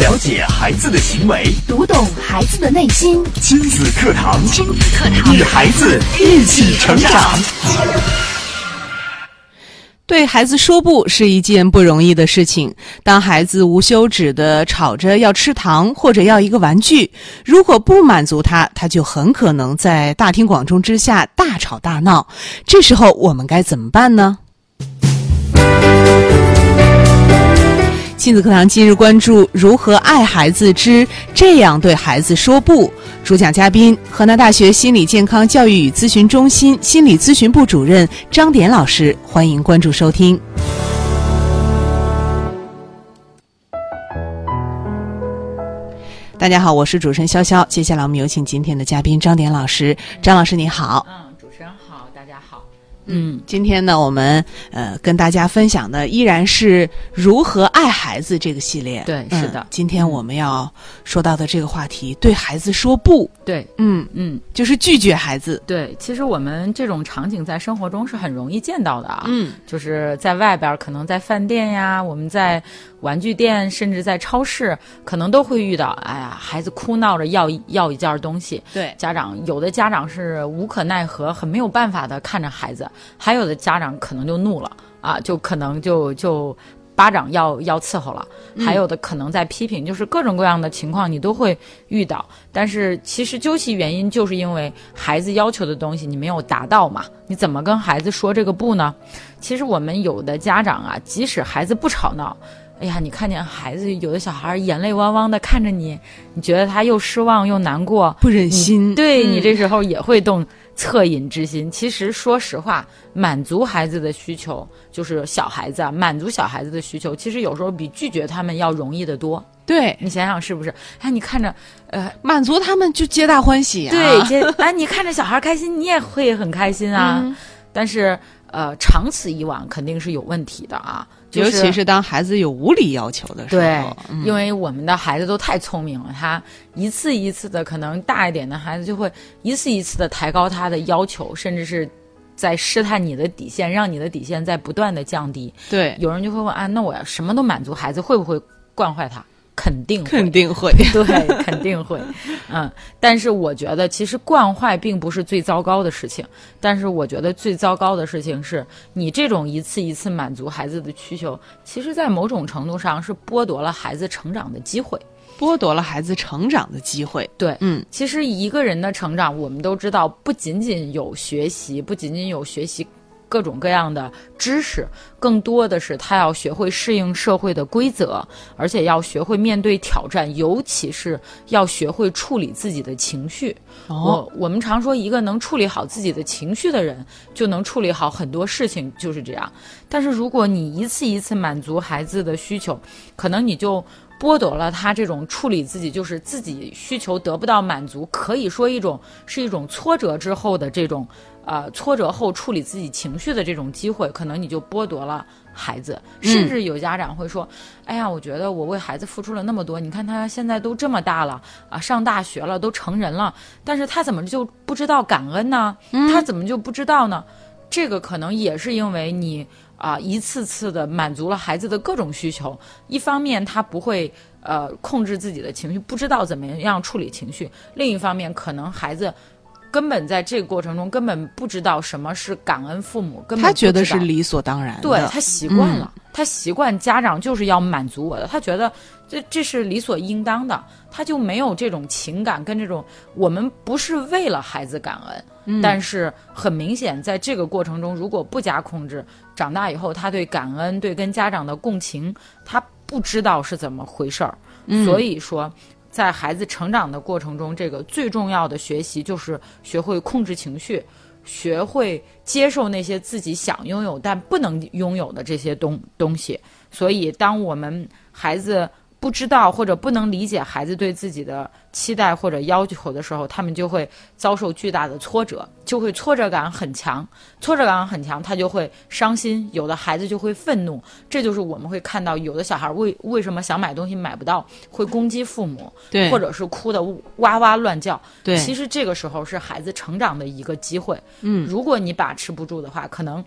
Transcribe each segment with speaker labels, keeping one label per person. Speaker 1: 了解孩子的行为，
Speaker 2: 读懂孩子的内心。
Speaker 1: 亲子课堂，
Speaker 2: 亲子课堂，
Speaker 1: 与孩子一起成长。
Speaker 3: 对孩子说不是一件不容易的事情。当孩子无休止的吵着要吃糖或者要一个玩具，如果不满足他，他就很可能在大庭广众之下大吵大闹。这时候我们该怎么办呢？亲子课堂今日关注《如何爱孩子之这样对孩子说不》，主讲嘉宾河南大学心理健康教育与咨询中心心理咨询部主任张典老师，欢迎关注收听。大家好，我是主持人潇潇。接下来我们有请今天的嘉宾张典老师。张老师你好，
Speaker 4: 嗯，主持人好，大家好。
Speaker 3: 嗯，今天呢，我们呃跟大家分享的依然是如何爱孩子这个系列。
Speaker 4: 对
Speaker 3: 嗯
Speaker 4: 是的
Speaker 3: 今天我们要说到的这个话题，对孩子说不，
Speaker 4: 对，
Speaker 3: 嗯，
Speaker 4: 嗯，
Speaker 3: 就是拒绝孩子。
Speaker 4: 对，其实我们这种场景在生活中是很容易见到的啊。
Speaker 3: 嗯，
Speaker 4: 就是在外边儿，可能在饭店呀，我们在玩具店，甚至在超市，可能都会遇到。哎呀，孩子哭闹着要一要一件儿东西，
Speaker 3: 对，
Speaker 4: 家长有的家长是无可奈何，很没有办法的看着孩子，还有的家长可能就怒了啊，就可能就就巴掌要要伺候了，还有的可能在批评，就是各种各样的情况你都会遇到。但是其实究其原因，就是因为孩子要求的东西你没有达到嘛，你怎么跟孩子说这个不呢？其实我们有的家长啊，即使孩子不吵闹。哎呀，你看见孩子有的小孩眼泪汪汪的看着你，你觉得他又失望又难过，
Speaker 3: 不忍 心。
Speaker 4: 对你
Speaker 3: 嗯
Speaker 4: 这时候也会动恻隐之心。其实说实话，满足孩子的需求，就是小孩子啊，满足小孩子的需求，其实有时候比拒绝他们要容易得多。
Speaker 3: 嗯对，
Speaker 4: 你想想是不是？哎，你看着，呃，
Speaker 3: 满足他们就皆大欢喜啊。
Speaker 4: 对，这哎，你看着小孩开心，你也会很开心啊。
Speaker 3: 嗯
Speaker 4: 但是，呃，长此以往肯定是有问题的啊，就
Speaker 3: 尤其是当孩子有无理要求的时候，
Speaker 4: 对，
Speaker 3: 嗯
Speaker 4: 因为我们的孩子都太聪明了，他一次一次的，可能大一点的孩子就会一次一次的抬高他的要求，甚至是在试探你的底线，让你的底线在不断的降低。
Speaker 3: 对，
Speaker 4: 有人就会问啊，那我要什么都满足孩子，会不会惯坏他？肯定会，
Speaker 3: 肯定会。
Speaker 4: 对，肯定会，嗯，但是我觉得其实惯坏并不是最糟糕的事情，但是我觉得最糟糕的事情是你这种一次一次满足孩子的需求，其实在某种程度上是剥夺了孩子成长的机会。
Speaker 3: 剥夺了孩子成长的机会。
Speaker 4: 对，
Speaker 3: 嗯，
Speaker 4: 其实一个人的成长，我们都知道，不仅仅有学习，不仅仅有学习各种各样的知识，更多的是他要学会适应社会的规则，而且要学会面对挑战，尤其是要学会处理自己的情绪。
Speaker 3: 哦，
Speaker 4: 我我们常说，一个能处理好自己的情绪的人，就能处理好很多事情，就是这样。但是如果你一次一次满足孩子的需求，可能你就剥夺了他这种处理自己，就是自己需求得不到满足，可以说一种是一种挫折之后的这种，呃，挫折后处理自己情绪的这种机会，可能你就剥夺了孩子。甚至有家长会说：“哎呀，我觉得我为孩子付出了那么多，你看他现在都这么大了啊，上大学了，都成人了，但是他怎么就不知道感恩呢？他怎么就不知道呢？”这个可能也是因为你啊、一次次的满足了孩子的各种需求。一方面，他不会呃控制自己的情绪，不知道怎么样处理情绪；另一方面，可能孩子根本在这个过程中根本不知道什么是感恩父母，根本
Speaker 3: 他
Speaker 4: 不
Speaker 3: 觉得
Speaker 4: 知
Speaker 3: 是
Speaker 4: 道
Speaker 3: 理所当然的。
Speaker 4: 对他习惯了，他习惯家长就是要满足我的，他觉得这这是理所应当的，他就没有这种情感跟这种我们不是为了孩子感恩，但是很明显，在这个过程中如果不加控制，长大以后他对感恩、对跟家长的共情，他不知道是怎么回事儿，所以说。在孩子成长的过程中，这个最重要的学习就是学会控制情绪，学会接受那些自己想拥有但不能拥有的这些东东西。所以，当我们孩子不知道或者不能理解孩子对自己的期待或者要求的时候，他们就会遭受巨大的挫折，就会挫折感很强，挫折感很强，他就会伤心。有的孩子就会愤怒，这就是我们会看到有的小孩为为什么想买东西买不到，会攻击父母，
Speaker 3: 对
Speaker 4: 或者是哭得哇哇乱叫。
Speaker 3: 对
Speaker 4: 其实这个时候是孩子成长的一个机会。嗯，如果你把持不住的话，可能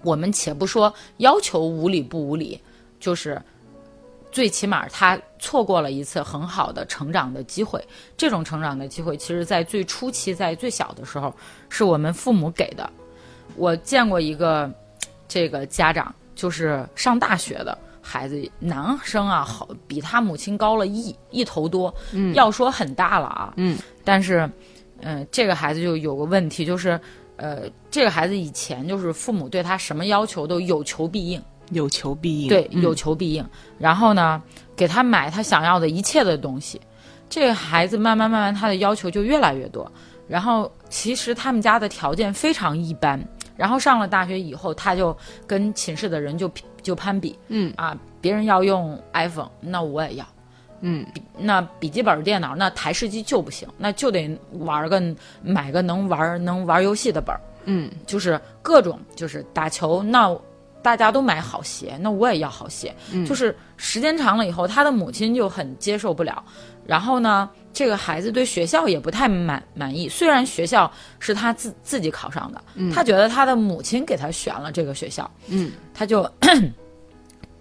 Speaker 4: 我们且不说要求无理不无理，就是最起码他错过了一次很好的成长的机会。这种成长的机会，其实在最初期，在最小的时候，是我们父母给的。我见过一个这个家长，就是上大学的孩子，男生啊，好比他母亲高了一一头多，嗯要说很大了啊，
Speaker 3: 嗯，
Speaker 4: 但是，嗯、这个孩子就有个问题，就是，呃，这个孩子以前就是父母对他什么要求都有求必应，
Speaker 3: 有求必应。
Speaker 4: 对，
Speaker 3: 嗯
Speaker 4: 有求必应。然后呢，给他买他想要的一切的东西。这个孩子慢慢慢慢，他的要求就越来越多。然后其实他们家的条件非常一般。然后上了大学以后，他就跟寝室的人就就攀比，
Speaker 3: 嗯
Speaker 4: 啊，别人要用 iPhone，那我也要。
Speaker 3: 嗯
Speaker 4: 那笔记本电脑，那台式机就不行，那就得玩个买个能玩能玩游戏的本儿。
Speaker 3: 嗯，
Speaker 4: 就是各种就是打球，那大家都买好鞋，那我也要好鞋。就是时间长了以后，他的母亲就很接受不了。然后呢，这个孩子对学校也不太满满意，虽然学校是他自自己考上的，他觉得他的母亲给他选了这个学校，
Speaker 3: 嗯，
Speaker 4: 他就。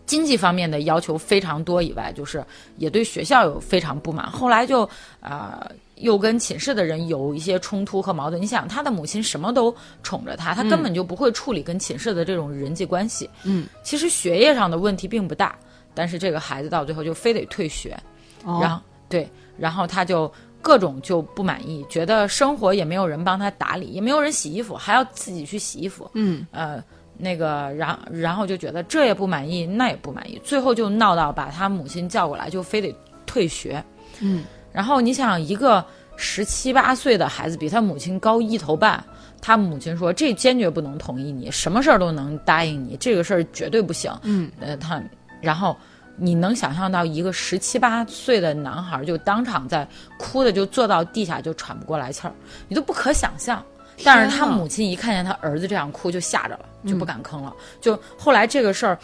Speaker 4: 经济方面的要求非常多，以外就是也对学校有非常不满。后来就啊、呃又跟寝室的人有一些冲突和矛盾。你想，他的母亲什么都宠着他，他根本就不会处理跟寝室的这种人际关系。
Speaker 3: 嗯，
Speaker 4: 其实学业上的问题并不大，但是这个孩子到最后就非得退学，
Speaker 3: 哦
Speaker 4: 然后对，然后他就各种就不满意，觉得生活也没有人帮他打理，也没有人洗衣服，还要自己去洗衣服。
Speaker 3: 嗯
Speaker 4: 呃，那个，然然后就觉得这也不满意，那也不满意，最后就闹到把他母亲叫过来，就非得退学。
Speaker 3: 嗯，
Speaker 4: 然后你想，一个十七八岁的孩子比他母亲高一头半，他母亲说这坚决不能同意你，什么事儿都能答应你，这个事儿绝对不行。
Speaker 3: 嗯，
Speaker 4: 呃，他然后。你能想象到一个十七八岁的男孩就当场在哭的就坐到地下就喘不过来气儿，你都不可想象。但是他
Speaker 3: 天啊嗯
Speaker 4: 母亲一看见他儿子这样哭，就吓着了，就不敢吭了。就后来这个事儿，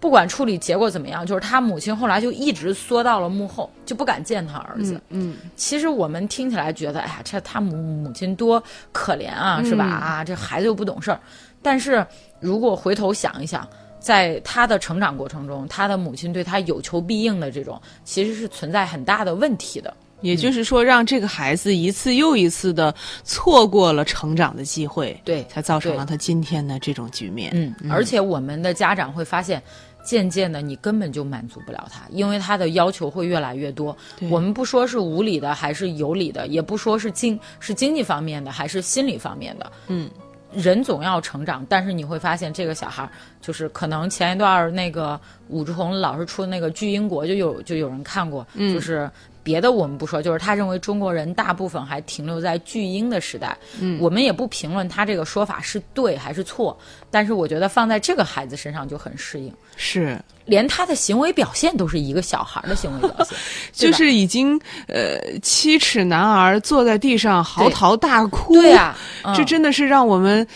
Speaker 4: 不管处理结果怎么样，就是他母亲后来就一直缩到了幕后，就不敢见他儿子。
Speaker 3: 嗯
Speaker 4: 其实我们听起来觉得，哎呀，这他母母亲多可怜啊，是吧？
Speaker 3: 嗯
Speaker 4: 啊，这孩子又不懂事儿。但是如果回头想一想，在他的成长过程中，他的母亲对他有求必应的这种，其实是存在很大的问题的。
Speaker 3: 也就是说，让这个孩子一次又一次的错过了成长的机会，
Speaker 4: 对
Speaker 3: 才造成
Speaker 4: 对
Speaker 3: 了他今天的这种局面。
Speaker 4: 嗯，而且我们的家长会发现，渐渐的你根本就满足不了他，因为他的要求会越来越多
Speaker 3: 对。
Speaker 4: 我们不说是无理的还是有理的，也不说是经是经济方面的还是心理方面的。
Speaker 3: 嗯，
Speaker 4: 人总要成长，但是你会发现这个小孩儿就是可能前一段儿那个武志红老师出的那个《巨婴国》就有就有人看过，就是。别的我们不说，就是他认为中国人大部分还停留在巨婴的时代，嗯，我们也不评论他这个说法是对还是错，但是我觉得放在这个孩子身上就很适应，
Speaker 3: 是，
Speaker 4: 连他的行为表现都是一个小孩儿的行为表 现，对
Speaker 3: 就
Speaker 4: 吧
Speaker 3: 是已经呃七尺男儿坐在地上嚎啕大哭，
Speaker 4: 对呀、嗯
Speaker 3: 这真的是让我们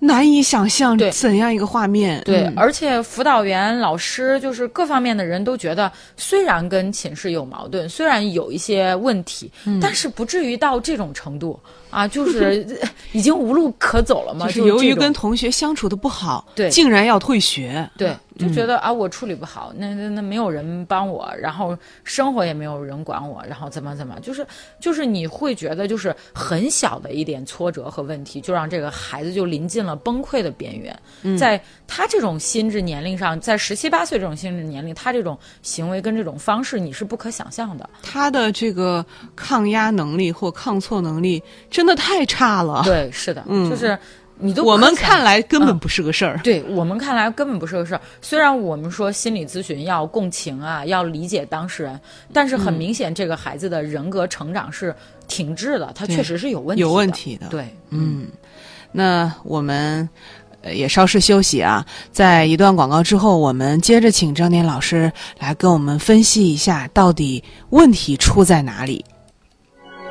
Speaker 3: 难以想象
Speaker 4: 对
Speaker 3: 怎样一个画面。
Speaker 4: 对，
Speaker 3: 嗯
Speaker 4: 而且辅导员、老师就是各方面的人都觉得，虽然跟寝室有矛盾，虽然有一些问题，但是不至于到这种程度啊，就是 已经无路可走了嘛。
Speaker 3: 就是
Speaker 4: 就
Speaker 3: 由于
Speaker 4: 这种
Speaker 3: 跟同学相处的不好，
Speaker 4: 对
Speaker 3: 竟然要退学。
Speaker 4: 对，就觉得、啊，我处理不好，那那那没有人帮我，然后生活也没有人管我，然后怎么怎么，就是就是你会觉得就是很小的一点挫折和问题，就让这个孩子就临近了崩溃的边缘。
Speaker 3: 嗯
Speaker 4: 在他这种心智年龄上，在十七八岁这种心智年龄，他这种行为跟这种方式你是不可想象的。
Speaker 3: 他的这个抗压能力或抗挫能力真的太差了，
Speaker 4: 对，是的，就是你都不
Speaker 3: 啊嗯我
Speaker 4: 可
Speaker 3: 们
Speaker 4: 想
Speaker 3: 看来根本
Speaker 4: 嗯
Speaker 3: 不是个事儿。
Speaker 4: 对我们看来根本不是个事儿。虽然我们说心理咨询要共情啊，要理解当事人，但是很
Speaker 3: 嗯
Speaker 4: 明显，这个孩子的人格成长是停滞的，他
Speaker 3: 对
Speaker 4: 确实是有问题，
Speaker 3: 有问。题的，
Speaker 4: 对，
Speaker 3: 嗯，那我们呃也稍事休息啊，在一段广告之后，我们接着请张念老师来跟我们分析一下到底问题出在哪里。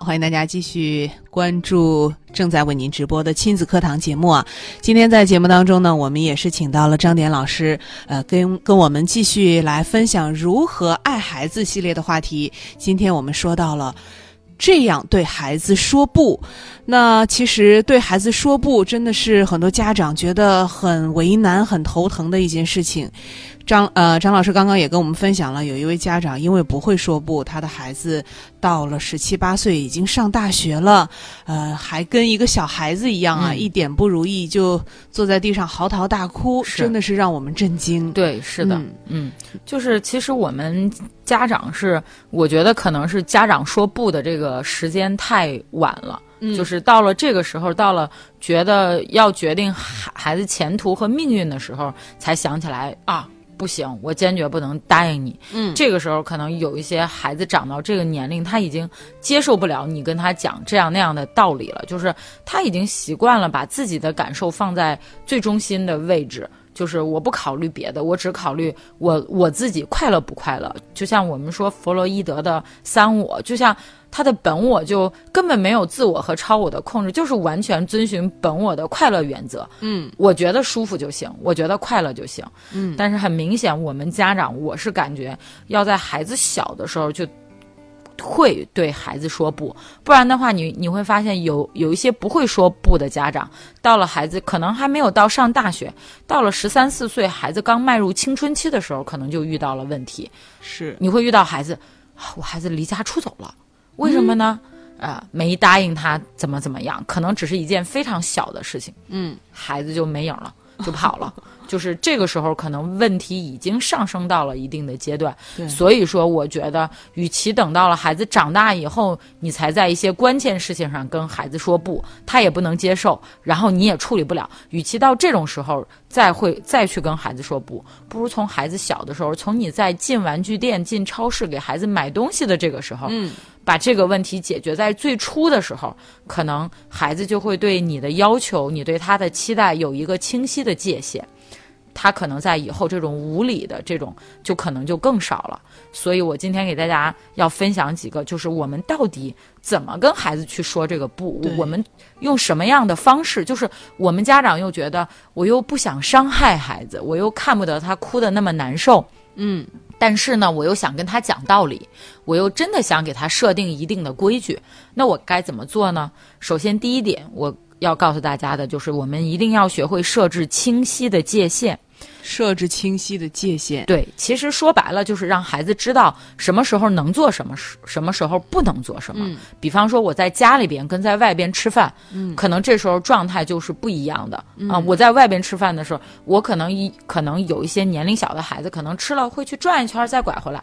Speaker 3: 欢迎大家继续关注正在为您直播的亲子课堂节目啊。今天在节目当中呢，我们也是请到了张典老师，呃，跟跟我们继续来分享如何爱孩子系列的话题。今天我们说到了。这样对孩子说不，那其实对孩子说不，真的是很多家长觉得很为难、很头疼的一件事情。张呃，张老师刚刚也跟我们分享了，有一位家长因为不会说不，他的孩子到了十七八岁，已经上大学了，呃，还跟一个小孩子一样啊，
Speaker 4: 嗯
Speaker 3: 一点不如意就坐在地上嚎啕大哭，
Speaker 4: 是
Speaker 3: 真的是让我们震惊。
Speaker 4: 对，是的，
Speaker 3: 嗯
Speaker 4: 嗯，就是其实我们家长是，我觉得可能是家长说不的这个时间太晚了，
Speaker 3: 嗯
Speaker 4: 就是到了这个时候，到了觉得要决定孩孩子前途和命运的时候，才想起来啊。不行，我坚决不能答应你。
Speaker 3: 嗯
Speaker 4: 这个时候可能有一些孩子长到这个年龄，他已经接受不了你跟他讲这样那样的道理了，就是他已经习惯了把自己的感受放在最中心的位置，就是我不考虑别的，我只考虑我我自己快乐不快乐。就像我们说弗洛伊德的三我，就像他的本我就根本没有自我和超我的控制，就是完全遵循本我的快乐原则。
Speaker 3: 嗯，
Speaker 4: 我觉得舒服就行，我觉得快乐就行。
Speaker 3: 嗯
Speaker 4: 但是很明显，我们家长我是感觉要在孩子小的时候就。会对孩子说不，不然的话你，你会发现有有一些不会说不的家长，到了孩子可能还没有到上大学，到了十三四岁，孩子刚迈入青春期的时候，可能就遇到了问题。
Speaker 3: 是
Speaker 4: 你会遇到孩子，啊我孩子离家出走了，为什么呢？啊、没答应他怎么怎么样，可能只是一件非常小的事情，
Speaker 3: 嗯，
Speaker 4: 孩子就没影儿了，就跑 了。就是这个时候，可能问题已经上升到了一定的阶段，
Speaker 3: 对
Speaker 4: 所以说，我觉得，与其等到了孩子长大以后，你才在一些关键事情上跟孩子说不，他也不能接受，然后你也处理不了，与其到这种时候再会再去跟孩子说不，不如从孩子小的时候，从你在进玩具店、进超市给孩子买东西的这个时候，
Speaker 3: 嗯，
Speaker 4: 把这个问题解决在最初的时候，可能孩子就会对你的要求、你对他的期待有一个清晰的界限。他可能在以后这种无理的这种，就可能就更少了。所以我今天给大家要分享几个，就是我们到底怎么跟孩子去说这个不
Speaker 3: 对，
Speaker 4: 我们用什么样的方式？就是我们家长又觉得我又不想伤害孩子，我又看不得他哭得那么难受，
Speaker 3: 嗯，
Speaker 4: 但是呢，我又想跟他讲道理，我又真的想给他设定一定的规矩，那我该怎么做呢？首先，第一点，我要告诉大家的就是，我们一定要学会设置清晰的界限。
Speaker 3: 设置清晰的界限。
Speaker 4: 对，其实说白了就是让孩子知道什么时候能做什么，时什么时候不能做什么。
Speaker 3: 嗯
Speaker 4: 比方说我在家里边跟在外边吃饭，可能这时候状态就是不一样的啊、
Speaker 3: 嗯
Speaker 4: 我在外边吃饭的时候，我可能一可能有一些年龄小的孩子，可能吃了会去转一圈儿再拐回来。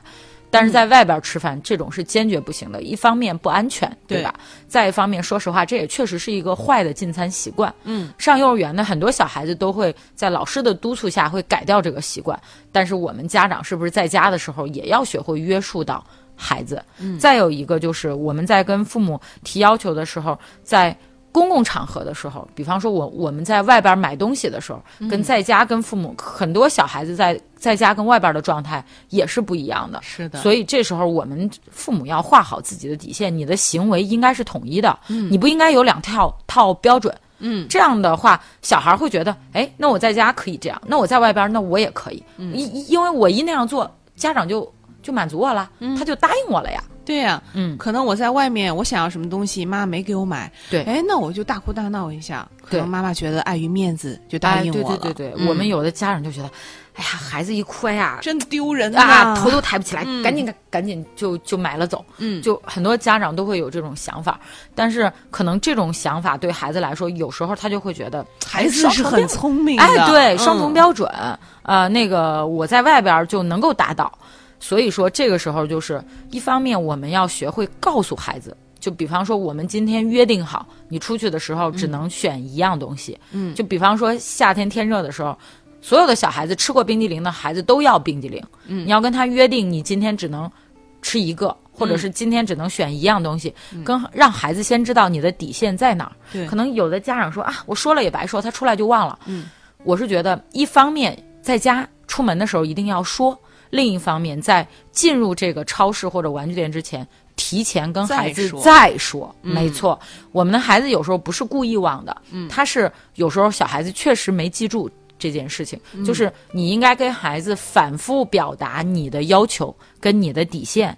Speaker 4: 但是在
Speaker 3: 嗯
Speaker 4: 外边吃饭，这种是坚决不行的。一方面不安全，对
Speaker 3: 对
Speaker 4: 吧？再一方面，说实话，这也确实是一个坏的进餐习惯。
Speaker 3: 嗯，
Speaker 4: 上幼儿园的很多小孩子都会在老师的督促下会改掉这个习惯，但是我们家长是不是在家的时候也要学会约束到孩子？嗯，再有一个就是我们在跟父母提要求的时候，在公共场合的时候，比方说我我们在外边买东西的时候，跟在家跟父母，很多小孩子在在家跟外边的状态也是不一样的。
Speaker 3: 是的，
Speaker 4: 所以这时候我们父母要画好自己的底线，你的行为应该是统一的，你不应该有两套套标准。
Speaker 3: 嗯，
Speaker 4: 这样的话，小孩会觉得，哎，那我在家可以这样，那我在外边，那我也可以，因、因为我一那样做，家长就就满足我了，他就答应我了呀。
Speaker 3: 对呀、
Speaker 4: 嗯，
Speaker 3: 可能我在外面，我想要什么东西，妈没给我买，
Speaker 4: 对
Speaker 3: 哎，那我就大哭大闹一下，可
Speaker 4: 对
Speaker 3: 能妈妈觉得碍于面子就答应
Speaker 4: 哎、对
Speaker 3: 我了。
Speaker 4: 对对对，
Speaker 3: 嗯
Speaker 4: 我们有的家长就觉得，哎呀，孩子一哭，哎呀，
Speaker 3: 真丢人
Speaker 4: 啊，头
Speaker 3: 都
Speaker 4: 都抬不起来，赶紧赶紧就就买了走。
Speaker 3: 嗯
Speaker 4: 就很多家长都会有这种想法，但是可能这种想法对孩子来说，有时候他就会觉得
Speaker 3: 孩子是很聪明的，
Speaker 4: 哎，对，双重
Speaker 3: 嗯，
Speaker 4: 标准，呃，那个我在外边儿就能够达到，所以说这个时候就是一方面我们要学会告诉孩子，就比方说我们今天约定好，你出去的时候只能选一样东西，
Speaker 3: 嗯
Speaker 4: 就比方说夏天天热的时候。所有的小孩子吃过冰激凌的孩子都要冰激凌，嗯，你要跟他约定，你今天只能吃一个，或
Speaker 3: 嗯
Speaker 4: 者是今天只能选一样东西，跟让孩子先知道你的底线在哪儿。
Speaker 3: 对
Speaker 4: 可能有的家长说啊，我说了也白说，他出来就忘了。
Speaker 3: 嗯，
Speaker 4: 我是觉得一方面在家出门的时候一定要说，另一方面在进入这个超市或者玩具店之前。提前跟
Speaker 3: 再
Speaker 4: 孩子
Speaker 3: 说嗯
Speaker 4: 再说，没错，我们的孩子有时候不是故意忘的，他是有时候小孩子确实没记住。这件事情
Speaker 3: 嗯
Speaker 4: 就是你应该跟孩子反复表达你的要求跟你的底线，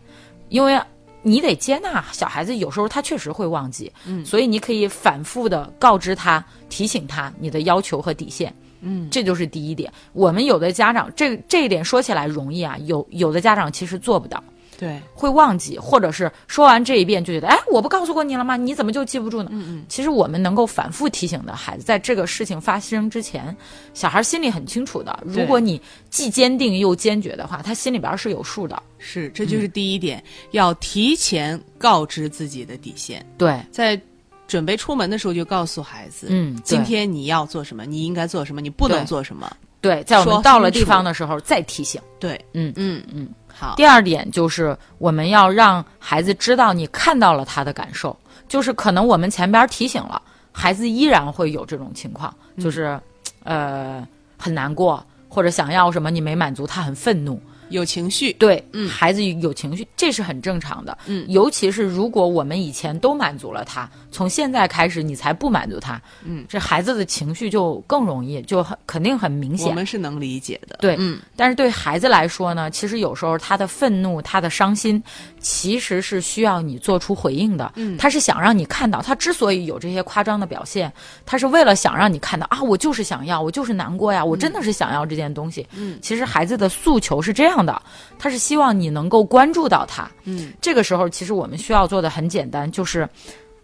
Speaker 4: 因为你得接纳小孩子有时候他确实会忘记，所以你可以反复的告知他、提醒他你的要求和底线。嗯，这就是第一点。我们有的家长，这这一点说起来容易啊，有有的家长其实做不到，
Speaker 3: 对，
Speaker 4: 会忘记，或者是说完这一遍就觉得，哎，我不告诉过你了吗？你怎么就记不住呢？嗯嗯。其实我们能够反复提醒的孩子，在这个事情发生之前，小孩心里很清楚的。如
Speaker 3: 对
Speaker 4: 果你既坚定又坚决的话，他心里边是有数的。
Speaker 3: 是，这就是第一点，要提前告知自己的底线，
Speaker 4: 对，
Speaker 3: 在准备出门的时候就告诉孩子，
Speaker 4: 嗯对
Speaker 3: 今天你要做什么，你应该做什么，你不能
Speaker 4: 对
Speaker 3: 做什么，
Speaker 4: 对，在我
Speaker 3: 说
Speaker 4: 们到了
Speaker 3: 清
Speaker 4: 地
Speaker 3: 楚
Speaker 4: 方的时候再提醒。
Speaker 3: 对，
Speaker 4: 嗯
Speaker 3: 嗯嗯，好，
Speaker 4: 第二点就是我们要让孩子知道你看到了他的感受，就是可能我们前边提醒了，孩子依然会有这种情况，就是、
Speaker 3: 嗯
Speaker 4: 呃很难过或者想要什么你没满足，他很愤怒。
Speaker 3: 有情绪，
Speaker 4: 对，孩子有情绪，这是很正常的。嗯，尤其是如果我们以前都满足了他，从现在开始你才不满足他，嗯，这孩子的情绪就更容易，就很肯定很明显。
Speaker 3: 我们是能理解的，
Speaker 4: 对
Speaker 3: 嗯，
Speaker 4: 但是对孩子来说呢，其实有时候他的愤怒、他的伤心，其实是需要你做出回应的。嗯，他是想让你看到，他之所以有这些夸张的表现，他是为了想让你看到啊，我就是想要，我就是难过呀，我真的是想要这件东西。嗯，其实孩子的诉求是这样的，他是希望你能够关注到他。
Speaker 3: 嗯，
Speaker 4: 这个时候其实我们需要做的很简单，就是。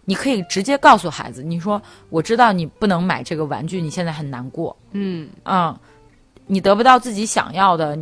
Speaker 4: 你可以直接告诉孩子，你说我知道你不能买这个玩具，你现在很难过，
Speaker 3: 嗯，
Speaker 4: 嗯，你得不到自己想要的，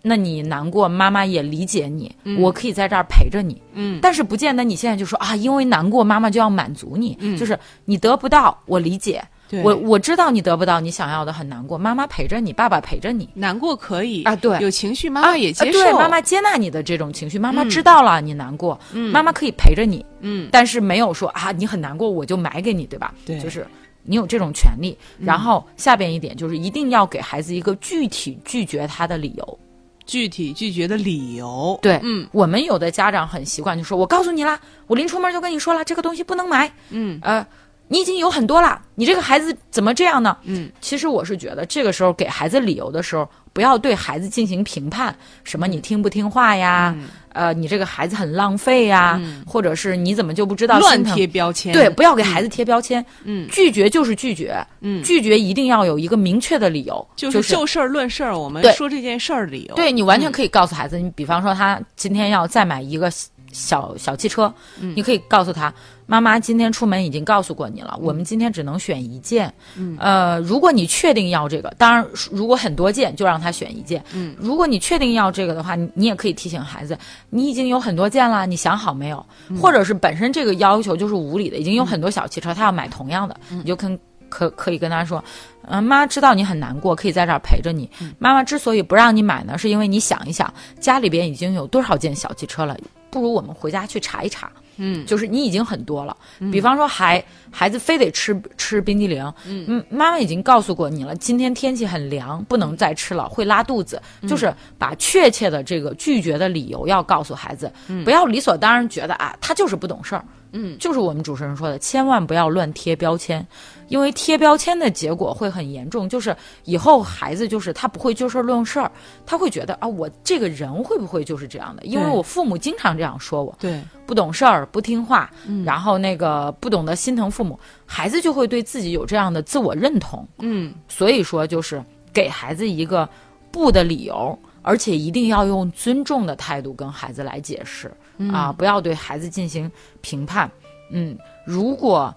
Speaker 4: 那你难过，妈妈也理解你，我可以在这儿陪着你。
Speaker 3: 嗯，
Speaker 4: 但是不见得你现在就说啊，因为难过，妈妈就要满足你。就是你得不到，我理解，
Speaker 3: 嗯对
Speaker 4: 我我知道你得不到你想要的，很难过，妈妈陪着你，爸爸陪着你。
Speaker 3: 难过可以
Speaker 4: 啊对
Speaker 3: 有情绪妈妈也接
Speaker 4: 啊
Speaker 3: 受，
Speaker 4: 对，妈妈接纳你的这种情绪，妈妈知道了你难过，妈妈可以陪着你，
Speaker 3: 嗯，
Speaker 4: 但是没有说啊，你很难过，我就买给你，对吧？
Speaker 3: 对嗯
Speaker 4: 就是你有这种权利。然后下边一点就是一定要给孩子一个具体拒绝他的理由。
Speaker 3: 具体拒绝的理由，
Speaker 4: 对，
Speaker 3: 嗯，
Speaker 4: 我们有的家长很习惯就说，我告诉你啦，我临出门就跟你说了，这个东西不能买，
Speaker 3: 嗯，
Speaker 4: 呃。你已经有很多了，你这个孩子怎么这样呢？
Speaker 3: 嗯，
Speaker 4: 其实我是觉得，这个时候给孩子理由的时候，不要对孩子进行评判，什么你听不听话呀，
Speaker 3: 嗯
Speaker 4: 呃，你这个孩子很浪费呀，或者是你怎么就不知道
Speaker 3: 乱
Speaker 4: 心疼
Speaker 3: 贴标签，
Speaker 4: 嗯对，不要给孩子贴标签。
Speaker 3: 嗯
Speaker 4: 拒绝就是拒绝。嗯，拒绝一定要有一个明确的理由，
Speaker 3: 就
Speaker 4: 就是
Speaker 3: 就事儿论事儿，我们
Speaker 4: 对
Speaker 3: 说这件事儿理由，嗯
Speaker 4: 对你完全可以告诉孩子，你比方说他今天要再买一个小小小汽车，
Speaker 3: 嗯
Speaker 4: 你可以告诉他，妈妈今天出门已经告诉过你了，
Speaker 3: 嗯
Speaker 4: 我们今天只能选一件。呃，如果你确定要这个，当然如果很多件就让他选一件。嗯，如果你确定要这个的话，你你也可以提醒孩子，你已经有很多件了，你想好没有？
Speaker 3: 嗯
Speaker 4: 或者是本身这个要求就是无理的，已经有很多小汽车，他要买同样的，
Speaker 3: 嗯
Speaker 4: 你就跟。可可以跟他说，嗯、妈知道你很难过，可以在这儿陪着你。妈妈之所以不让你买呢，是因为你想一想，家里边已经有多少件小汽车了，不如我们回家去查一查。嗯，就是你已经很多了，比方说孩孩子非得吃吃冰激凌，嗯，妈妈已经告诉过你了，今天天气很凉，不能再吃了，会拉肚子。就是把确切的这个拒绝的理由要告诉孩子，不要理所当然觉得啊，他就是不懂事儿。嗯，就是我们主持人说的，千万不要乱贴标签，因为贴标签的结果会很严重，就是以后孩子就是他不会就事论事儿，他会觉得啊，我这个人会不会就是这样的？因为
Speaker 3: 对
Speaker 4: 我父母经常这样说我，
Speaker 3: 对
Speaker 4: 不懂事儿、不听话，然后那个不懂得心疼父母，孩子就会对自己有这样的自我认同。
Speaker 3: 嗯，
Speaker 4: 所以说就是给孩子一个不的理由，而且一定要用尊重的态度跟孩子来解释、啊，不要对孩子进行评判。嗯，如果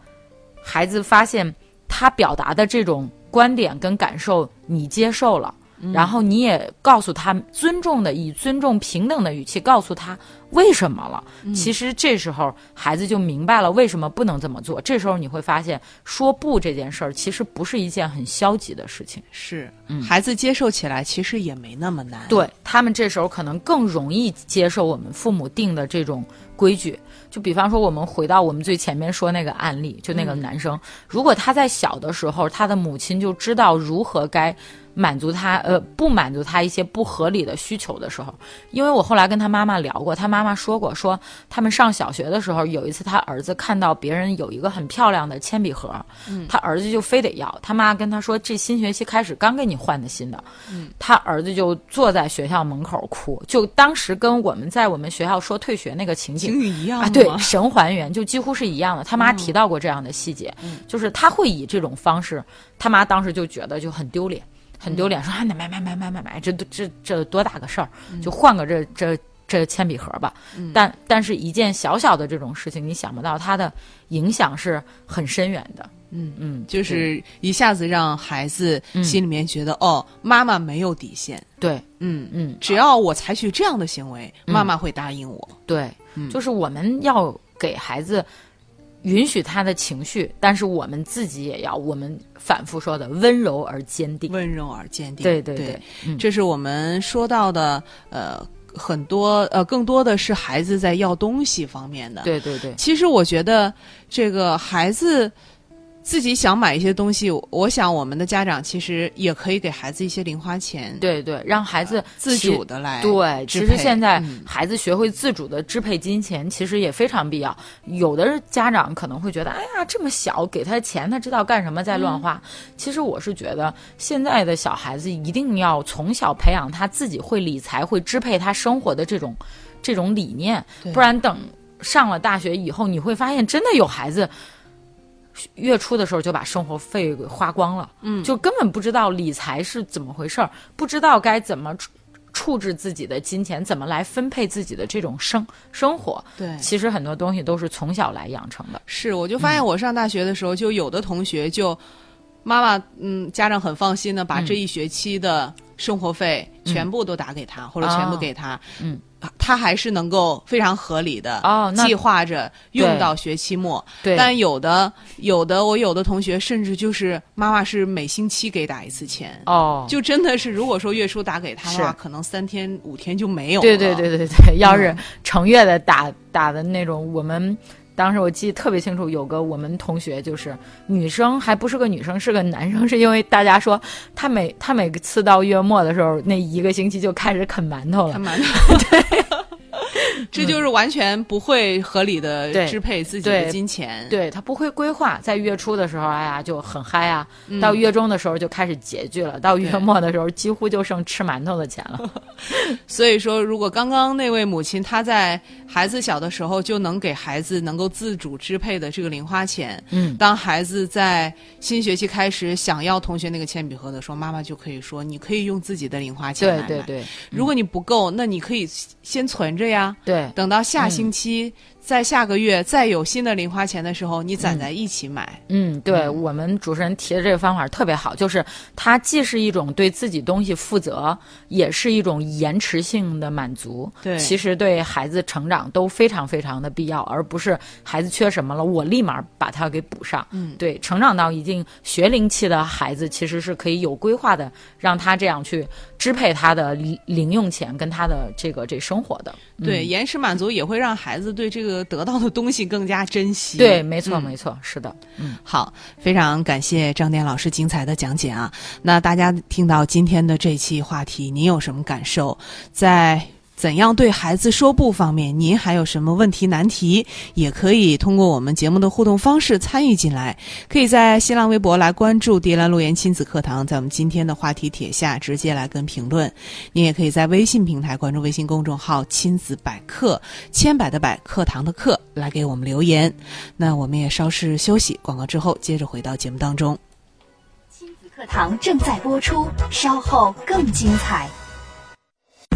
Speaker 4: 孩子发现他表达的这种观点跟感受你接受了。然后你也告诉他尊重的，以尊重平等的语气告诉他为什么了。其实这时候孩子就明白了为什么不能这么做。这时候你会发现，说不这件事儿其实不是一件很消极的事情。
Speaker 3: 是，孩子接受起来其实也没那么难，
Speaker 4: 嗯对嗯他们这时候可能更容易接受我们父母定的这种规矩。就比方说，我们回到我们最前面说那个案例，就那个男生，如果他在小的时候，他的母亲就知道如何该满足他呃不满足他一些不合理的需求的时候，因为我后来跟他妈妈聊过，他妈妈说过，说他们上小学的时候，有一次他儿子看到别人有一个很漂亮的铅笔盒，他儿子就非得要，他妈跟他说这新学期开始刚给你换的新的，他儿子就坐在学校门口哭，就当时跟我们在我们学校说退学那个情景
Speaker 3: 情侣一样
Speaker 4: 啊，
Speaker 3: 吗嗯
Speaker 4: 对，神还原就几乎是一样的。他妈提到过这样的细节，就是他会以这种方式，他妈当时就觉得就很丢脸，很丢
Speaker 3: 嗯
Speaker 4: 脸，说啊，买买买买买买买，这都这这多大个事儿，就换个这这这铅笔盒吧。
Speaker 3: 嗯
Speaker 4: 但但是，一件小小的这种事情，你想不到它的影响是很深远的。嗯嗯，
Speaker 3: 就是一下子让孩子
Speaker 4: 嗯
Speaker 3: 心里面觉得、哦，妈妈没有底线，
Speaker 4: 对，对
Speaker 3: 嗯，
Speaker 4: 嗯，
Speaker 3: 只要我采取这样的行为，
Speaker 4: 嗯
Speaker 3: 妈妈会答应我。
Speaker 4: 对，
Speaker 3: 嗯
Speaker 4: 就是我们要给孩子允许他的情绪，但是我们自己也要我们反复说的温柔而坚定。
Speaker 3: 温柔而坚定。
Speaker 4: 对
Speaker 3: 对
Speaker 4: 对对嗯
Speaker 3: 这是我们说到的，呃，很多呃，更多的是孩子在要东西方面的。，
Speaker 4: 对对对，
Speaker 3: 其实我觉得这个孩子。自己想买一些东西，我想我们的家长其实也可以给孩子一些零花钱，，
Speaker 4: 对对，让孩子
Speaker 3: 自
Speaker 4: 其
Speaker 3: 主。的来
Speaker 4: 对，其
Speaker 3: 支
Speaker 4: 实
Speaker 3: 配
Speaker 4: 现在
Speaker 3: 嗯
Speaker 4: 孩子学会自主的支配金钱，其实也非常必要。有的家长可能会觉得，哎呀，这么小给他钱，他知道干什么在乱花。
Speaker 3: 嗯
Speaker 4: 其实我是觉得，现在的小孩子一定要从小培养他自己会理财、会支配他生活的这种这种理念，
Speaker 3: 对
Speaker 4: 不然等上了大学以后，你会发现真的有孩子。月初的时候就把生活费给花光了，嗯，就根本不知道理财是怎么回事儿，不知道该怎么处处置自己的金钱，怎么来分配自己的这种生生活。
Speaker 3: 对
Speaker 4: 其实很多东西都是从小来养成的。
Speaker 3: 是，我就
Speaker 4: 嗯
Speaker 3: 发现我上大学的时候，就有的同学就妈妈嗯，家长很放心的
Speaker 4: 嗯
Speaker 3: 把这一学期的生活费全部都打给他，或者全部
Speaker 4: 哦
Speaker 3: 给他，
Speaker 4: 嗯
Speaker 3: 啊，他还是能够非常合理的
Speaker 4: 哦那
Speaker 3: 计划着用
Speaker 4: 对
Speaker 3: 到学期末。
Speaker 4: 对
Speaker 3: 但有的有的我有的同学甚至就是妈妈是每星期给打一次钱。
Speaker 4: 哦，
Speaker 3: 就真的是，如果说月初打给他的话，
Speaker 4: 是
Speaker 3: 可能三天五天就没有了。
Speaker 4: 对
Speaker 3: 嗯
Speaker 4: 对对对对，要是成月的打打的那种，我们当时我记得特别清楚，有个我们同学就是女生，还不是个女生，是个男生，是因为大家说他每他每次到月末的时候，那一个星期就开始啃馒头
Speaker 3: 他
Speaker 4: 了。
Speaker 3: 蛮 对，这就是完全不会合理的
Speaker 4: 对
Speaker 3: 支配自己的
Speaker 4: 对
Speaker 3: 金钱。
Speaker 4: 对他不会规划，在月初的时候，哎呀就很嗨啊，到月中的时候就开始拮据了，到月
Speaker 3: 对
Speaker 4: 末的时候几乎就剩吃馒头的钱了。
Speaker 3: 所以说，如果刚刚那位母亲她在孩子小的时候就能给孩子能够自主支配的这个零花钱，
Speaker 4: 嗯，
Speaker 3: 当孩子在新学期开始想要同学那个铅笔盒的时候，妈妈就可以说，你可以用自己的零花钱来
Speaker 4: 对对
Speaker 3: 买。
Speaker 4: 嗯对
Speaker 3: 如果你不够，那你可以先存着呀。
Speaker 4: 对
Speaker 3: 等到
Speaker 4: 嗯
Speaker 3: 下星期，在下个月再有新的零花钱的时候，你攒在一起买。
Speaker 4: 嗯，对我们主持人提的这个方法特别好，就是它既是一种对自己东西负责，也是一种延迟性的满足。
Speaker 3: 对
Speaker 4: 其实对孩子成长都非常非常的必要，而不是孩子缺什么了，我立马把它给补上。嗯，对，成长到一定学龄期的孩子，其实是可以有规划的，让他这样去支配他的零零用钱跟他的这个这生活的。嗯
Speaker 3: 对，延迟满足也会让孩子对这个得到的东西更加珍惜。
Speaker 4: 对，没错，没错，是的。
Speaker 3: 好，非常感谢张典老师精彩的讲解啊！那大家听到今天的这期话题，您有什么感受？在怎样对孩子说不方面，您还有什么问题难题？也可以通过我们节目的互动方式参与进来，可以在新浪微博来关注“迪兰路言亲子课堂”，在我们今天的话题帖下直接来跟评论。您也可以在微信平台关注微信公众号“亲子百科”，千百的百，课堂的课，来给我们留言。那我们也稍事休息，广告之后接着回到节目当中。
Speaker 2: 亲子课堂正在播出，稍后更精彩。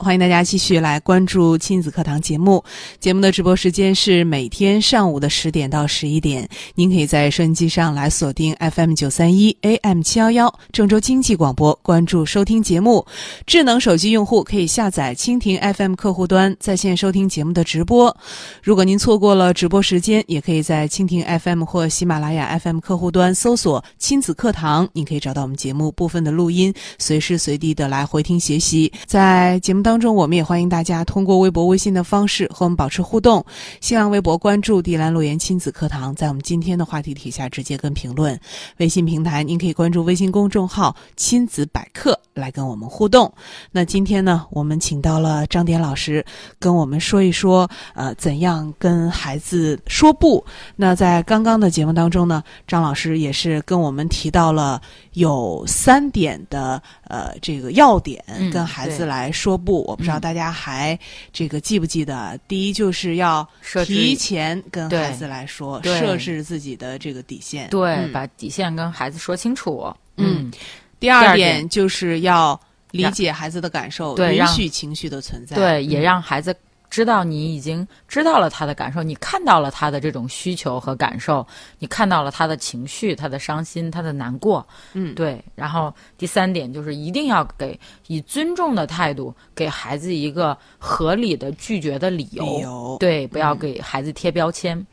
Speaker 3: 欢迎大家继续来关注亲子课堂节目。节目的直播时间是每天上午的十点到十一点，您可以在收音机上来锁定 FM 九三一 AM 七幺幺郑州经济广播，关注收听节目。智能手机用户可以下载蜻蜓 FM 客户端，在线收听节目的直播。如果您错过了直播时间，也可以在蜻蜓 FM 或喜马拉雅 FM 客户端搜索“亲子课堂”，您可以找到我们节目部分的录音，随时随地的来回听学习。在节目当中，我们也欢迎大家通过微博、微信的方式和我们保持互动。新浪微博关注“迪兰路言亲子课堂”，在我们今天的话题底下直接跟评论。微信平台，您可以关注微信公众号“亲子百科”来跟我们互动。那今天呢，我们请到了张典老师，跟我们说一说，呃，怎样跟孩子说不。那在刚刚的节目当中呢，张老师也是跟我们提到了有三点的呃这个要点，
Speaker 4: 嗯
Speaker 3: 跟孩子
Speaker 4: 对
Speaker 3: 来说不。我不知道
Speaker 4: 嗯
Speaker 3: 大家还这个记不记得？第一就是要
Speaker 4: 设置
Speaker 3: 提前跟
Speaker 4: 对
Speaker 3: 孩子来说，
Speaker 4: 对
Speaker 3: 设置自己的这个底线。
Speaker 4: 对，
Speaker 3: 嗯
Speaker 4: 把底线跟孩子说清楚。
Speaker 3: 嗯
Speaker 4: 嗯，
Speaker 3: 第
Speaker 4: 第
Speaker 3: 二
Speaker 4: 二
Speaker 3: 点
Speaker 4: 点
Speaker 3: 就是要理
Speaker 4: 让
Speaker 3: 解孩子的感受，
Speaker 4: 对
Speaker 3: 允
Speaker 4: 让
Speaker 3: 许情绪的存在。
Speaker 4: 对，也
Speaker 3: 嗯
Speaker 4: 让孩子知道你已经知道了他的感受，你看到了他的这种需求和感受，你看到了他的情绪、他的伤心、他的难过。
Speaker 3: 嗯
Speaker 4: 对。然后第三点就是一定要给以尊重的态度给孩子一个合理的拒绝的理由。
Speaker 3: 理由嗯
Speaker 4: 对，不要给孩子贴标签。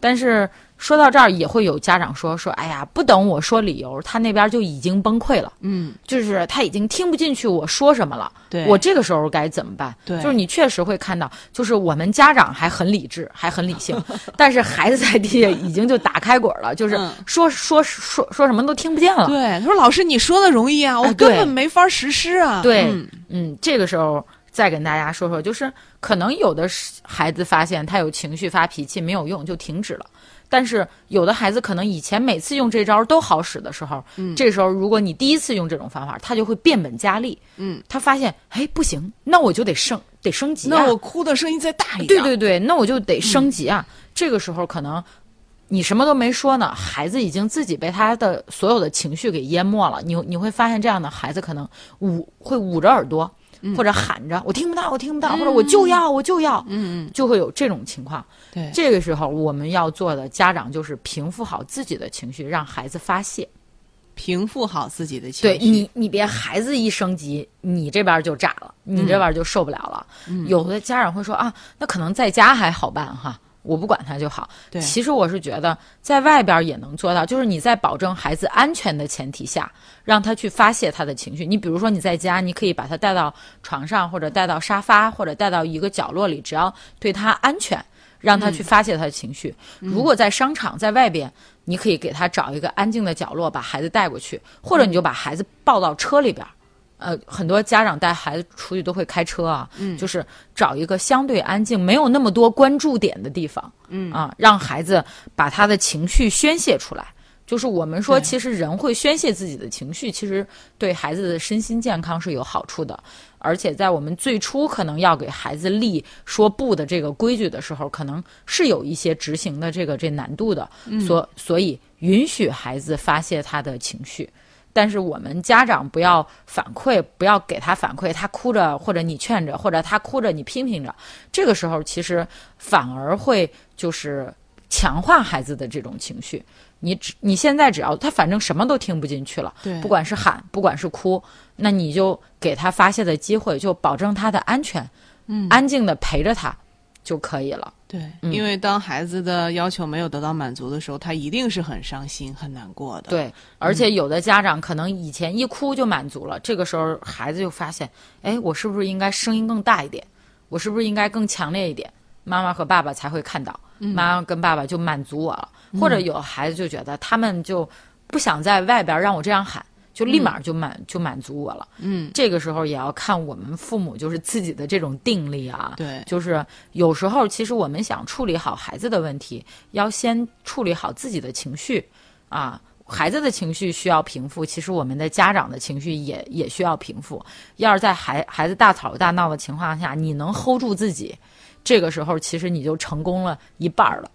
Speaker 4: 但是说到这儿，也会有家长说说，哎呀，不等我说理由，他那边就已经崩溃了，
Speaker 3: 嗯，
Speaker 4: 就是他已经听不进去我说什么了。
Speaker 3: 对
Speaker 4: 我这个时候该怎么办？
Speaker 3: 对
Speaker 4: 就是你确实会看到，就是我们家长还很理智，还很理 性，但是孩子在地下已经就打开滚了，就是
Speaker 3: 嗯
Speaker 4: 说说说说什么都听不见了。
Speaker 3: 对，他说老师你说的容易啊，我
Speaker 4: 哎
Speaker 3: 根
Speaker 4: 对
Speaker 3: 本没法实施啊。
Speaker 4: 对
Speaker 3: 嗯
Speaker 4: 嗯，这个时候再跟大家说说，就是可能有的是孩子发现他有情绪发脾气没有用，就停止了。但是有的孩子可能以前每次用这招都好使的时候，嗯、这时候如果你第一次用这种方法，他就会变本加厉。
Speaker 3: 嗯，
Speaker 4: 他发现哎不行，那我就得升得升级、啊。
Speaker 3: 那我哭的声音再大一
Speaker 4: 对
Speaker 3: 点。嗯
Speaker 4: 对对，那我就得升级啊。这个时候可能你什么都没说呢，孩子已经自己被他的所有的情绪给淹没了。你你会发现这样的孩子可能捂会捂着耳朵。
Speaker 3: 嗯
Speaker 4: 或者喊着我听不到，我听不到，或者我就要，我就要，嗯，就会有这种情况。
Speaker 3: 对
Speaker 4: 这个时候我们要做的，家长就是平复好自己的情绪，让孩子发泄。
Speaker 3: 平复好自己的情
Speaker 4: 对
Speaker 3: 绪。
Speaker 4: 你，你别孩子一升级，你这边就炸了，你
Speaker 3: 嗯
Speaker 4: 这边就受不了了。有的家长会说啊，那可能在家还好办哈，我不管他就好。
Speaker 3: 对
Speaker 4: 其实我是觉得在外边也能做到，就是你在保证孩子安全的前提下，让他去发泄他的情绪。你比如说你在家，你可以把他带到床上，或者带到沙发，或者带到一个角落里，只要对他安全。让他去发泄他的情绪。如果在商场，在外边，你可以给他找一个安静的角落，把孩子带过去，或者你就把孩子抱到车里边儿。呃，很多家长带孩子出去都会开车啊，就是找一个相对安静、没有那么多关注点的地方，嗯啊，让孩子把他的情绪宣泄出来。就是我们说，
Speaker 3: 对
Speaker 4: 其实人会宣泄自己的情绪，其实对孩子的身心健康是有好处的。而且在我们最初可能要给孩子立说不的这个规矩的时候，可能是有一些执行的这个这难度的，所所以允许孩子发泄他的情绪。但是我们家长不要反馈，不要给他反馈，他哭着或者你劝着，或者他哭着你批评着，这个时候其实反而会就是强化孩子的这种情绪。你只你现在只要他反正什么都听不进去了，
Speaker 3: 对
Speaker 4: 不管是喊，不管是哭，那你就给他发泄的机会，就保证他的安全，嗯，安静的陪着他就可以了。
Speaker 3: 对，
Speaker 4: 嗯
Speaker 3: 因为当孩子的要求没有得到满足的时候，他一定是很伤心、很难过的。，
Speaker 4: 对，而且有的家长可能以前一哭就满足了，这个时候孩子就发现，哎，我是不是应该声音更大一点？我是不是应该更强烈一点？妈妈和爸爸才会看到，妈妈跟爸爸就满足我了。或者有孩子就觉得他们就不想在外边让我这样喊，就立马就满、就满足我了。
Speaker 3: 嗯，
Speaker 4: 这个时候也要看我们父母就是自己的这种定力啊。
Speaker 3: 对
Speaker 4: 就是有时候其实我们想处理好孩子的问题，要先处理好自己的情绪啊。孩子的情绪需要平复，其实我们的家长的情绪也也需要平复。要是在孩孩子大吵大闹的情况下，你能 hold 住自己，这个时候其实你就成功了一半儿了。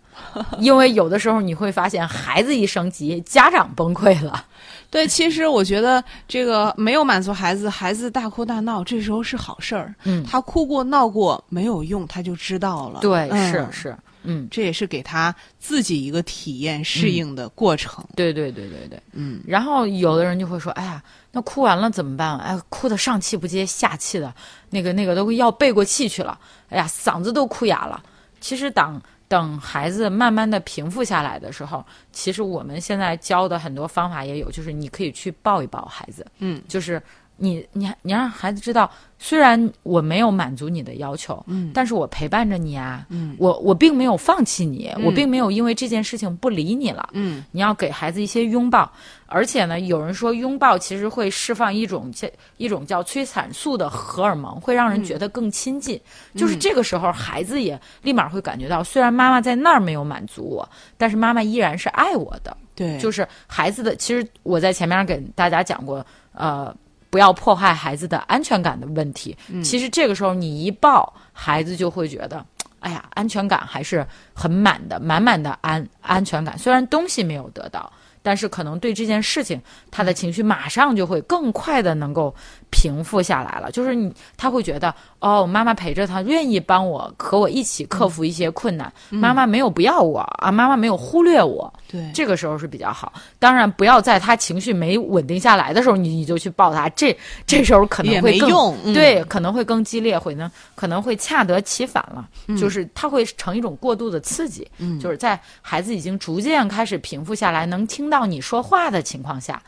Speaker 4: 因为有的时候你会发现，孩子一升级，家长崩溃了。
Speaker 3: 对，其实我觉得这个没有满足孩子，孩子大哭大闹，这时候是好事儿。
Speaker 4: 嗯
Speaker 3: 他哭过闹过没有用，他就知道了。
Speaker 4: 对，
Speaker 3: 嗯
Speaker 4: 是，是，嗯，
Speaker 3: 这也是给他自己一个体验适应的过程。
Speaker 4: 对对对对对。
Speaker 3: 嗯，
Speaker 4: 然后有的人就会说：“哎呀，那哭完了怎么办？哎，哭的上气不接下气的，那个那个都要背过气去了。哎呀，嗓子都哭哑了。”其实等等孩子慢慢的平复下来的时候，其实我们现在教的很多方法也有，就是你可以去抱一抱孩子，
Speaker 3: 嗯，
Speaker 4: 就是你你你让孩子知道，虽然我没有满足你的要求，嗯，但是我陪伴着你啊，嗯，我我并没有放弃你，我并没有因为这件事情不理你了，
Speaker 3: 嗯，
Speaker 4: 你要给孩子一些拥抱，而且呢，有人说拥抱其实会释放一种叫一种叫催产素的荷尔蒙，会让人觉得更亲近。就是这个时候，孩子也立马会感觉到，虽然妈妈在那儿没有满足我，但是妈妈依然是爱我的。
Speaker 3: 对，
Speaker 4: 就是孩子的，其实我在前面给大家讲过，呃，不要破坏孩子的安全感的问题。其实这个时候你一抱，孩子就会觉得，哎呀，安全感还是很满的，满满的安安全感。虽然东西没有得到，但是可能对这件事情，他的情绪马上就会更快的能够平复下来了。就是你，他会觉得，哦，妈妈陪着他，愿意帮我和我一起克服一些困难，妈妈没有不要我啊，妈妈没有忽略我。
Speaker 3: 对，
Speaker 4: 这个时候是比较好。当然，不要在他情绪没稳定下来的时候，你你就去抱他，这这时候可能
Speaker 3: 也
Speaker 4: 会
Speaker 3: 没
Speaker 4: 更
Speaker 3: 用嗯
Speaker 4: 对，可能会更激烈，会呢可能会恰得其反了，
Speaker 3: 嗯
Speaker 4: 就是他会成一种过度的刺激，就是在孩子已经逐渐开始平复下来，能听到你说话的情况下，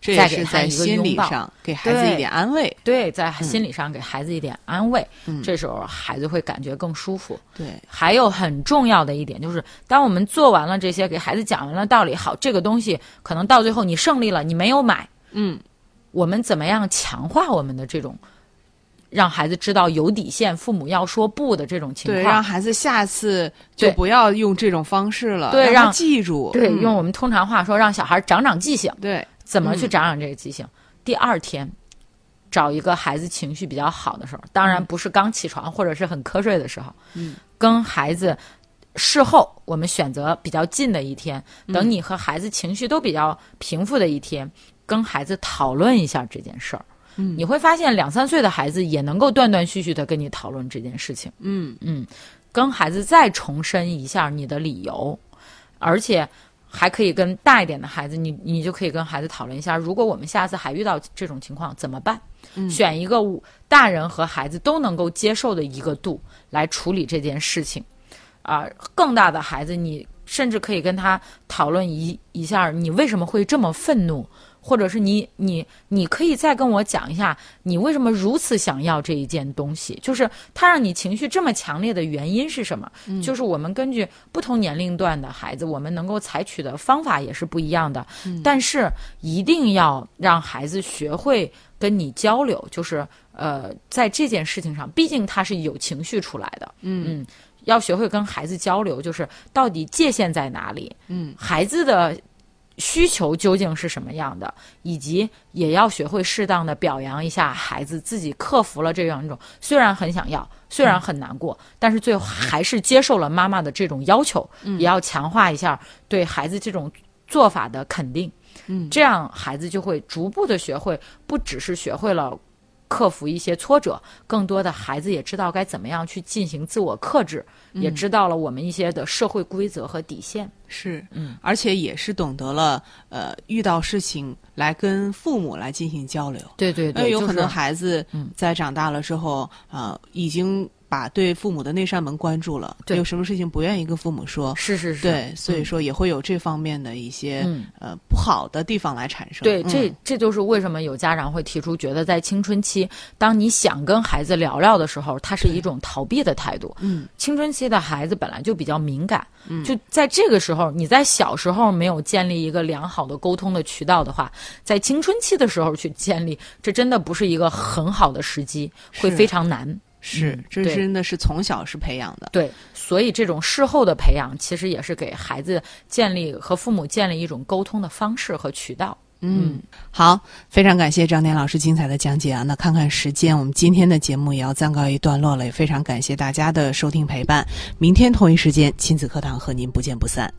Speaker 3: 这也
Speaker 4: 再给
Speaker 3: 是
Speaker 4: 他
Speaker 3: 在
Speaker 4: 一个
Speaker 3: 心
Speaker 4: 拥
Speaker 3: 理
Speaker 4: 抱
Speaker 3: 上给孩子一
Speaker 4: 对
Speaker 3: 点安慰。
Speaker 4: 对，在心
Speaker 3: 嗯
Speaker 4: 理上给孩子一点安慰，这时候孩子会感觉更舒服。
Speaker 3: 对，
Speaker 4: 还有很重要的一点就是，当我们做完了这些，给孩子讲完了道理，好，这个东西可能到最后你胜利了，你没有买，
Speaker 3: 嗯，
Speaker 4: 我们怎么样强化我们的这种让孩子知道有底线，父母要说不的这种情
Speaker 3: 对，让
Speaker 4: 况？
Speaker 3: 孩子下次就
Speaker 4: 对
Speaker 3: 不要用这种方式了，
Speaker 4: 对
Speaker 3: 让他
Speaker 4: 让
Speaker 3: 记住，
Speaker 4: 对，
Speaker 3: 嗯
Speaker 4: 用我们通常话说，让小孩长长记性。
Speaker 3: 对，
Speaker 4: 怎么
Speaker 3: 嗯
Speaker 4: 去长长这个记性？第二天，找一个孩子情绪比较好的时候，当然不是刚起床或者是很瞌睡的时候，
Speaker 3: 嗯，
Speaker 4: 跟孩子事后我们选择比较近的一天，
Speaker 3: 嗯
Speaker 4: 等你和孩子情绪都比较平复的一天，跟孩子讨论一下这件事儿。
Speaker 3: 嗯
Speaker 4: 你会发现两三岁的孩子也能够断断续续的跟你讨论这件事情。
Speaker 3: 嗯
Speaker 4: 嗯，跟孩子再重申一下你的理由，而且还可以跟大一点的孩子，你你就可以跟孩子讨论一下，如果我们下次还遇到这种情况怎么办？选一个我大人和孩子都能够接受的一个度来处理这件事情。啊、更大的孩子，你甚至可以跟他讨论一一下，你为什么会这么愤怒，或者是你你你可以再跟我讲一下，你为什么如此想要这一件东西？就是它让你情绪这么强烈的原因是什么？就是我们根据不同年龄段的孩子，我们能够采取的方法也是不一样的。但是一定要让孩子学会跟你交流，就是呃，在这件事情上，毕竟他是有情绪出来的。嗯要学会跟孩子交流，就是到底界限在哪里？
Speaker 3: 嗯，
Speaker 4: 孩子的需求究竟是什么样的，以及也要学会适当的表扬一下孩子自己克服了这样一种，虽然很想要，虽然很难过，但是最后还是接受了妈妈的这种要求，也要强化一下对孩子这种做法的肯定。
Speaker 3: 嗯
Speaker 4: 这样孩子就会逐步的学会，不只是学会了克服一些挫折，更多的孩子也知道该怎么样去进行自我克制，也知道了我们一些的社会规则和底线。
Speaker 3: 是，
Speaker 4: 嗯，
Speaker 3: 而且也是懂得了，呃，遇到事情来跟父母来进行交流，
Speaker 4: 对对
Speaker 3: 因为哎有可能孩子
Speaker 4: 嗯
Speaker 3: 在长大了之后，啊，已经把对父母的那扇门关住了，
Speaker 4: 对
Speaker 3: 有什么事情不愿意跟父母说，
Speaker 4: 是是是，
Speaker 3: 对，所以说也会有这方面的一些、
Speaker 4: 嗯
Speaker 3: 呃不好的地方来产生。
Speaker 4: 对，
Speaker 3: 嗯
Speaker 4: 这这就是为什么有家长会提出，觉得在青春期，当你想跟孩子聊聊的时候，它是一种逃避的态度。
Speaker 3: 嗯，
Speaker 4: 青春期的孩子本来就比较敏感，就在这个时候，你在小时候没有建立一个良好的沟通的渠道的话，在青春期的时候去建立，这真的不是一个很好的时机，会
Speaker 3: 是
Speaker 4: 非常难。
Speaker 3: 是
Speaker 4: 嗯，
Speaker 3: 这
Speaker 4: 对
Speaker 3: 真的是从小是培养的。
Speaker 4: 对，所以这种事后的培养，其实也是给孩子建立和父母建立一种沟通的方式和渠道。
Speaker 3: 嗯，好，非常感谢张典老师精彩的讲解啊！那看看时间，我们今天的节目也要暂告一段落了，也非常感谢大家的收听陪伴。明天同一时间，亲子课堂和您不见不散。